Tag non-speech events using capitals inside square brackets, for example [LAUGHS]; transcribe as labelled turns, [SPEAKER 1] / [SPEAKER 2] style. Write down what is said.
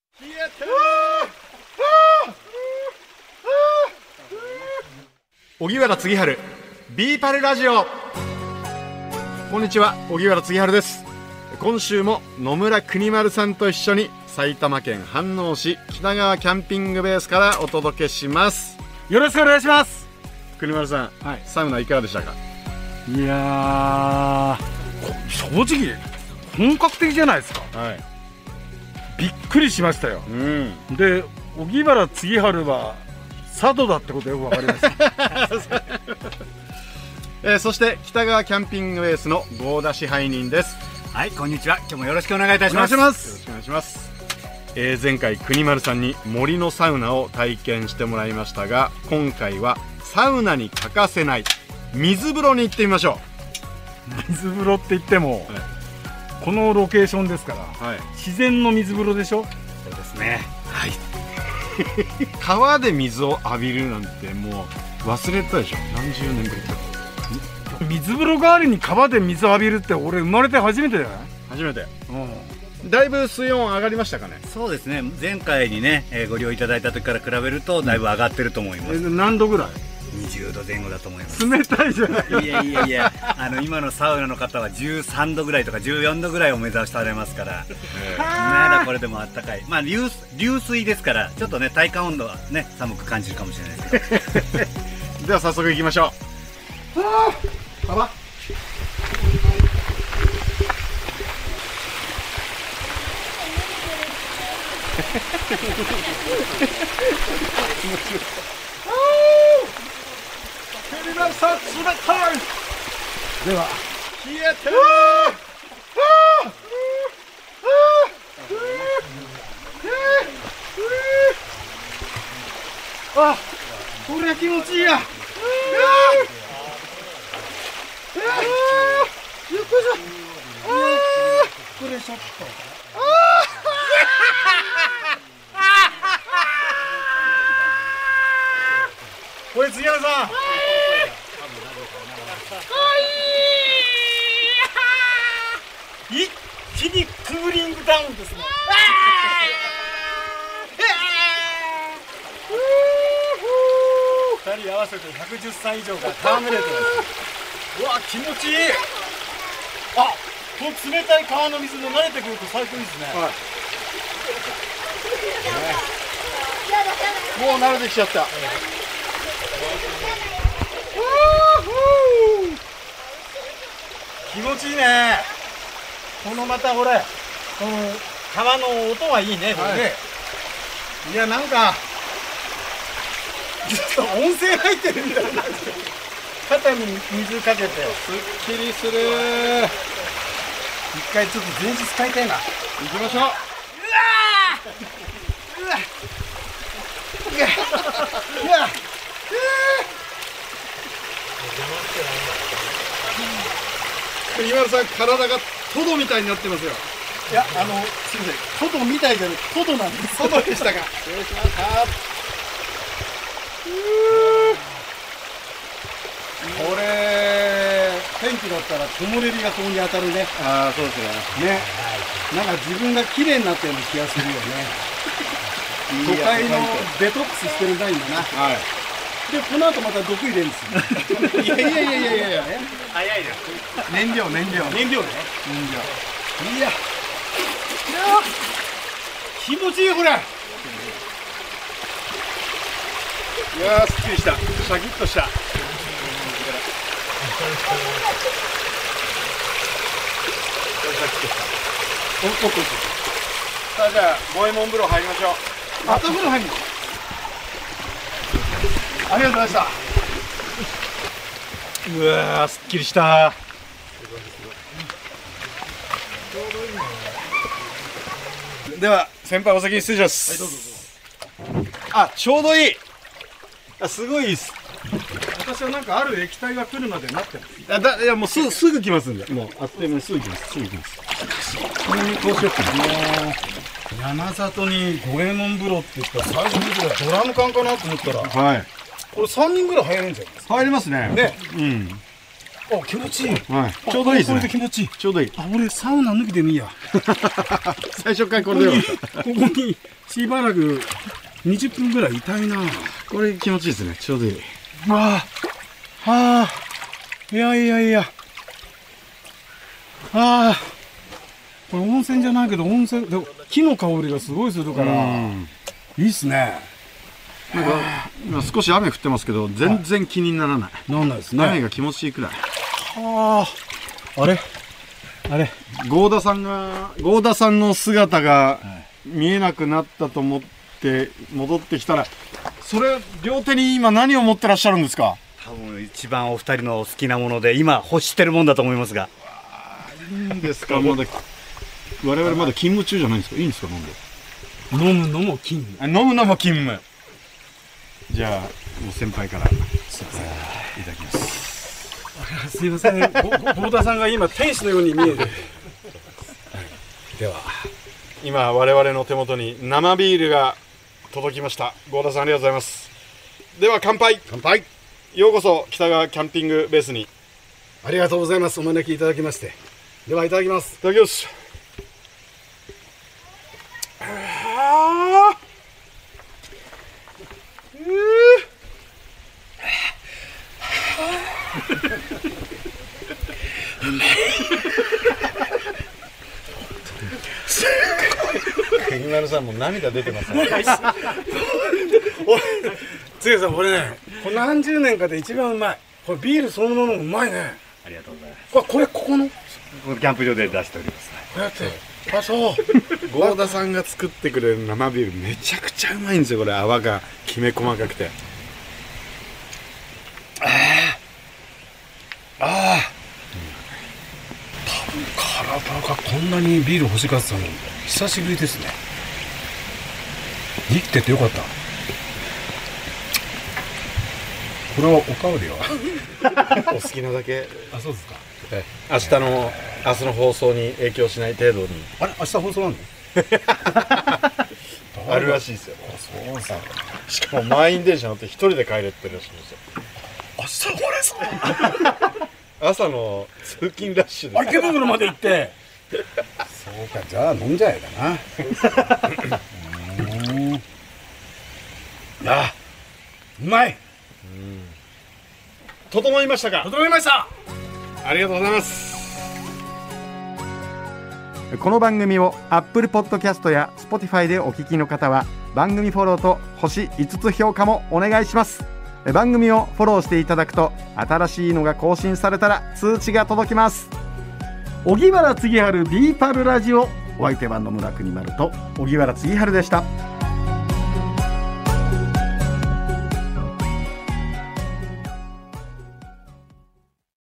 [SPEAKER 1] やった
[SPEAKER 2] 荻原次春ビーパルラジオこんにちは荻原次春です今週も野村国丸さんと一緒に埼玉県飯能市北川キャンピングベースからお届けします
[SPEAKER 1] よろしくお願いします
[SPEAKER 2] 国丸さん、
[SPEAKER 1] はい
[SPEAKER 2] サウナいかがでしたか
[SPEAKER 1] いやーこ正直本格的じゃないですか
[SPEAKER 2] はい
[SPEAKER 1] びっくりしましたよ
[SPEAKER 2] うん
[SPEAKER 1] で荻原次春は佐渡だってことよくわかりました
[SPEAKER 2] えーそして北川キャンピングベースの合田支配人です
[SPEAKER 3] はい、こんにちは。今日もよろしくお願いいたします。
[SPEAKER 2] よろしくお願いします、えー前回国丸さんに森のサウナを体験してもらいましたが今回はサウナに欠かせない水風呂に行ってみましょ
[SPEAKER 1] [LAUGHS] 水風呂って言っても、このロケーションですから
[SPEAKER 2] う、はい、
[SPEAKER 1] 自然の水風呂でしょ
[SPEAKER 3] そうですね。はい。
[SPEAKER 2] 川で水を浴びるなんてもう忘れてたでしょ何十年ぶりか
[SPEAKER 1] 水風呂代わりに川で水浴びるって俺生まれて初めてじゃない
[SPEAKER 2] 初めて
[SPEAKER 1] うん
[SPEAKER 2] だいぶ水温上がりましたかね
[SPEAKER 3] そうですね。前回にね、えーご利用いただいた時から比べるとだいぶ上がってると思います。
[SPEAKER 1] え何度ぐらい
[SPEAKER 3] 20度前後だと思います。
[SPEAKER 1] 冷たいじゃない
[SPEAKER 3] いやいやい [LAUGHS] や、あの今のサウナの方は13度ぐらいとか14度ぐらいを目指されます [LAUGHS] から、まだこれでもあったかい。まあ流流水ですから、ちょっとね体感温度はね寒く感じるかもしれないですけど。
[SPEAKER 2] では早速行きましょう [LAUGHS] ああ
[SPEAKER 1] ではあこりゃ気持ちいいや
[SPEAKER 2] これ杉原さん
[SPEAKER 1] 一気にクーリングダウンですね
[SPEAKER 3] 2人合わせて110歳以上が戯れてます。
[SPEAKER 1] うわ気持ちいいあこの冷たい川の水も慣れてくると最高ですね
[SPEAKER 2] もう慣れてきちゃった。
[SPEAKER 1] 気持ちいいねこのまた俺この川の音はいいねこれね、い、やなんかちょっと音声入ってるみたいになって肩に水かけて
[SPEAKER 2] すっきりする。
[SPEAKER 1] 一回ちょっと前日変えたいな
[SPEAKER 2] 行きましょう。うわーうわうわうわ今さん体がトドみたいになってますよ
[SPEAKER 1] いやあのすいませんトドみたいじゃなくトドなんですトドでしたか
[SPEAKER 2] これ
[SPEAKER 1] 天気だったら木漏れ日がここに当たるね
[SPEAKER 2] ああそうですね
[SPEAKER 1] ね、なんか自分が綺麗になったような気がするよね [LAUGHS]
[SPEAKER 2] いい
[SPEAKER 1] 都会の
[SPEAKER 2] やつ入っ
[SPEAKER 1] デトックスしてるんだ今な
[SPEAKER 2] はい
[SPEAKER 1] でこの後また毒入れるんですよ [LAUGHS] いやいやいやいやいや
[SPEAKER 3] 早いです。
[SPEAKER 2] 燃料燃料
[SPEAKER 3] 燃料ね。
[SPEAKER 1] いや気持ちいいこれ
[SPEAKER 2] いやーすっきりしたシャキッとしたさあじゃあ五右衛門風呂入りましょう
[SPEAKER 1] また風呂入るのありがとうございました
[SPEAKER 2] うわーすっきりしたでは先輩お先に失礼します、あちょうどいいあすごいいいっす
[SPEAKER 1] 私はなんかある液体が来るまで待ってる
[SPEAKER 2] あだいやもうすぐすぐ来ますんでもうあっという間にすぐ来ますすぐ来ます
[SPEAKER 1] 山里に五右衛門風呂って言ったら最初見てたドラム缶かなと思ったら
[SPEAKER 2] はい
[SPEAKER 1] これ3人ぐらい入れるんじゃないですか
[SPEAKER 2] 入りますね
[SPEAKER 1] ね
[SPEAKER 2] うん
[SPEAKER 1] お気持ちいい
[SPEAKER 2] はい、ちょうどいいです
[SPEAKER 1] これで
[SPEAKER 2] ね
[SPEAKER 1] 気持ちいい
[SPEAKER 2] ちょうどいい
[SPEAKER 1] あ俺サウナ抜きでもいいや
[SPEAKER 2] 最初からこ
[SPEAKER 1] ここ
[SPEAKER 2] れでよかっ
[SPEAKER 1] にここにしばらく20分ぐらいいたいな
[SPEAKER 2] たこれ気持ちいいですねちょうどいい
[SPEAKER 1] ああ、ああ、いやいやいや。ああ、これ温泉じゃないけど、温泉、でも木の香りがすごいするから、いいっすね。
[SPEAKER 2] なんか今少し雨降ってますけど全然気にならない、
[SPEAKER 1] なんないです
[SPEAKER 2] 雨
[SPEAKER 1] ね。
[SPEAKER 2] が気持ちいいくらい
[SPEAKER 1] ああ、あれあれ
[SPEAKER 2] 合田さんが合田さんの姿が見えなくなったと思って戻ってきたらそれ両手に今何を持ってらっしゃるんですか
[SPEAKER 3] 多分一番お二人のお好きなもので今欲してるもんだと思いますが
[SPEAKER 2] いいんですかまだ我々まだ勤務中じゃないんですかいいんですか飲んで
[SPEAKER 1] 飲むのも金。
[SPEAKER 2] あ飲むのも勤務じゃあもう先輩からすいませんいただきます
[SPEAKER 1] [LAUGHS] すいません、ぼぼ田さんが今、天使のように見える。
[SPEAKER 2] では今我々の手元に生ビールが届きました合田さんありがとうございますでは乾杯
[SPEAKER 1] 乾杯
[SPEAKER 2] ようこそ北川キャンピングベースにい
[SPEAKER 1] ありがとうございます。お招きいただきまして。では、いただきます。
[SPEAKER 2] ただきます
[SPEAKER 4] 国丸さんも涙出て
[SPEAKER 2] [LAUGHS]
[SPEAKER 4] ますね
[SPEAKER 1] つゆさんこれねこの何十年かで一番うまいこれビールそのものもうまいね
[SPEAKER 3] ありがとうございます
[SPEAKER 1] これこれここのこ
[SPEAKER 3] このキャンプ場で出しております
[SPEAKER 1] うやってあそう
[SPEAKER 2] [LAUGHS] 合田さんが作ってくれる生ビールめちゃくちゃうまいんですよこれ泡がきめ細かくて
[SPEAKER 1] 体がこんなにビール欲しがってたの久しぶりですね生きててよかったこれはおかわりは
[SPEAKER 2] お好きなだけ
[SPEAKER 1] あそうですか
[SPEAKER 2] 明日の明日の放送に影響しない程度に
[SPEAKER 1] あれ明日放送なんの
[SPEAKER 2] あるらしいですよ
[SPEAKER 1] そうさ
[SPEAKER 2] しかも満員電車乗って一人で帰れってるらしいんですよ
[SPEAKER 1] 明日俺さ
[SPEAKER 2] 朝の通勤ラッシュです
[SPEAKER 1] 池袋まで行ってそうかじゃあ飲んじゃえだ [LAUGHS] なあうまい
[SPEAKER 2] 整いましたか
[SPEAKER 1] 整いました
[SPEAKER 2] ありがとうございますこの番組を Apple Podcast や Spotify でお聞きの方は番組フォローと星5つ評価もお願いします番組をフォローしていただくと新しいのが更新されたら通知が届きます小木原次春ビーパルラジオお相手は野村国丸と小木原次春でした